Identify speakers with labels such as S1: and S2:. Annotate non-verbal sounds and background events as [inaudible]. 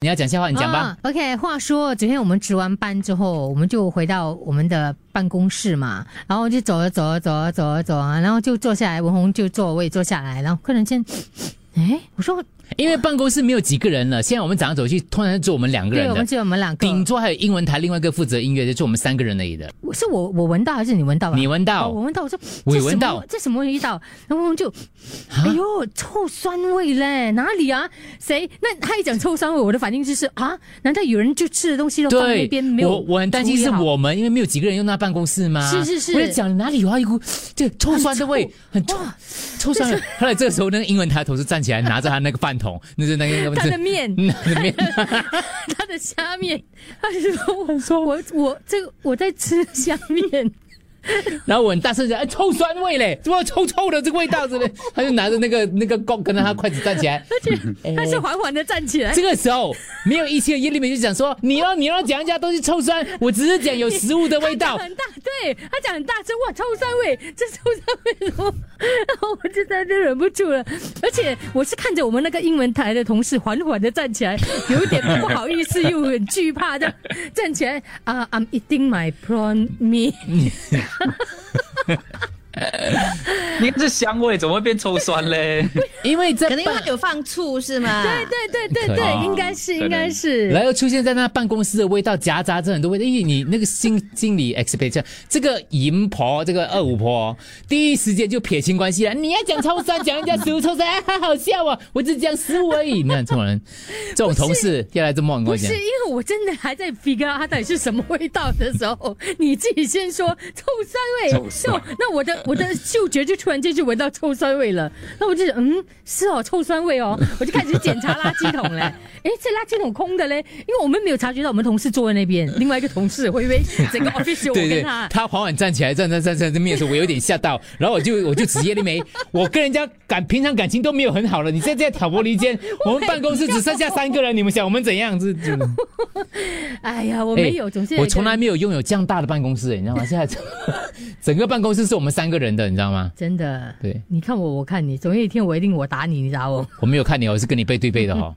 S1: 你要讲笑话，你讲吧。
S2: 啊 OK，话说昨天我们值完班之后，我们就回到我们的办公室嘛，然后就走了走了走了走了走啊，然后就坐下来，文红就坐我也坐下来，然后突 [sniffs] 然间，哎，我说
S1: 因为办公室没有几个人了，现在我们早上走去，通常就我们两个
S2: 对，
S1: 人
S2: 我们
S1: 的，
S2: 只有我们两个，
S1: 顶多还有英文台另外一个负责音乐的，就我们三个人而已的。
S2: 是我我闻到还是你闻到啊？
S1: 你闻
S2: 哦
S1: 到
S2: 我？闻到，我说
S1: 我
S2: 这
S1: 也
S2: 什
S1: 闻到
S2: 么这什么味道？然后我们就，
S1: 啊
S2: 哎呦，臭酸味嘞，哪里啊？谁？那他一讲臭酸味，我的反应就是啊，难道有人就吃的东西都放那
S1: 对
S2: 边没，有
S1: 我我很担心
S2: 处理
S1: 是
S2: 好
S1: 我们，因为没有几个人用那办公室嘛。
S2: 是是是
S1: 我在讲哪里有啊一股这臭酸的味，很臭
S2: 哇
S1: 臭酸的味。后来这个时候，那个英文台的同事站起来，拿着他那个饭桶，那是那个那个
S2: 他的面，
S1: 嗯那个面
S2: [laughs] 他的虾面，他就说我我这个我在吃虾面，
S1: 然后我很大声讲，哎，臭酸味嘞，怎么臭臭的这个味道之类，他就拿着那个那个锅跟着他筷子站起来，
S2: 而且他是缓缓的站起
S1: [laughs]
S2: 来
S1: 这。个时候，没有一切叶丽美就讲说：“你要你要讲人家东西臭酸，我只是讲有食物的味
S2: 他
S1: 道
S2: [laughs] 讲。很大，对他讲很大声，哇，臭酸味，这臭酸味， [laughs] 然后然后我就在这忍不住了，而且我是看着我们那个英文台的同事缓缓的站起来，有一点不好意思又很惧怕的站起来啊、i m eating my prawn meat，
S3: 你看这香味怎么会变臭酸嘞？
S1: 因为在
S4: 可能因为
S1: 办
S4: 它有放醋是吗？
S2: 对对对对
S1: 可
S2: 对，
S3: 能
S2: 应该是
S3: 可能
S2: 应该是，
S1: 然后出现在那办公室的味道，夹杂着很多味道。因为你那个心心理 expectation，这个姨婆，这个二五婆，第一时间就撇清关系了。你要讲臭酸，讲人家食物臭酸，啊、哈好笑啊！我只讲食物而已。你看这种人，这种同事要来这么乱跟
S2: 不
S1: 我讲
S2: 是，因。为我真的还在 figure out 它到底是什么味道的时候，你自己先说臭酸味，
S3: 臭酸
S2: 就那我的我的嗅觉就突然间就闻到臭酸味了，那我就嗯是哦臭酸
S1: [laughs]
S2: 味哦，我就开始检查垃圾桶嘞，诶，这垃圾桶空的嘞，因为我们没有察觉到我们同事坐在那边，另外一个同事我以
S1: [laughs]
S2: 为整个 office 有我
S1: 对对
S2: 跟，他。
S1: 他缓缓站起来，站站站站在面的时候，我有点吓
S2: [laughs]
S1: 到，然后我就我就指叶丽梅，我跟人家感平常感情都没有很好了，你现在挑拨离
S2: [laughs]
S1: 间，我们办公室只剩下三个人，你们想我们怎样？这这
S2: 哎呀，我没有，
S1: 哎
S2: 总是有一个
S1: 我从来没有拥有这样大的办公室，哎你知道吗？现在 [laughs] 整整个办公室是我们三个人的，你知道吗？
S2: 真的。
S1: 对
S2: 你看我，我看你，总有一天我一定我打你，你打我。
S1: 我没有看你哦，我是跟你背对背的哈、哦。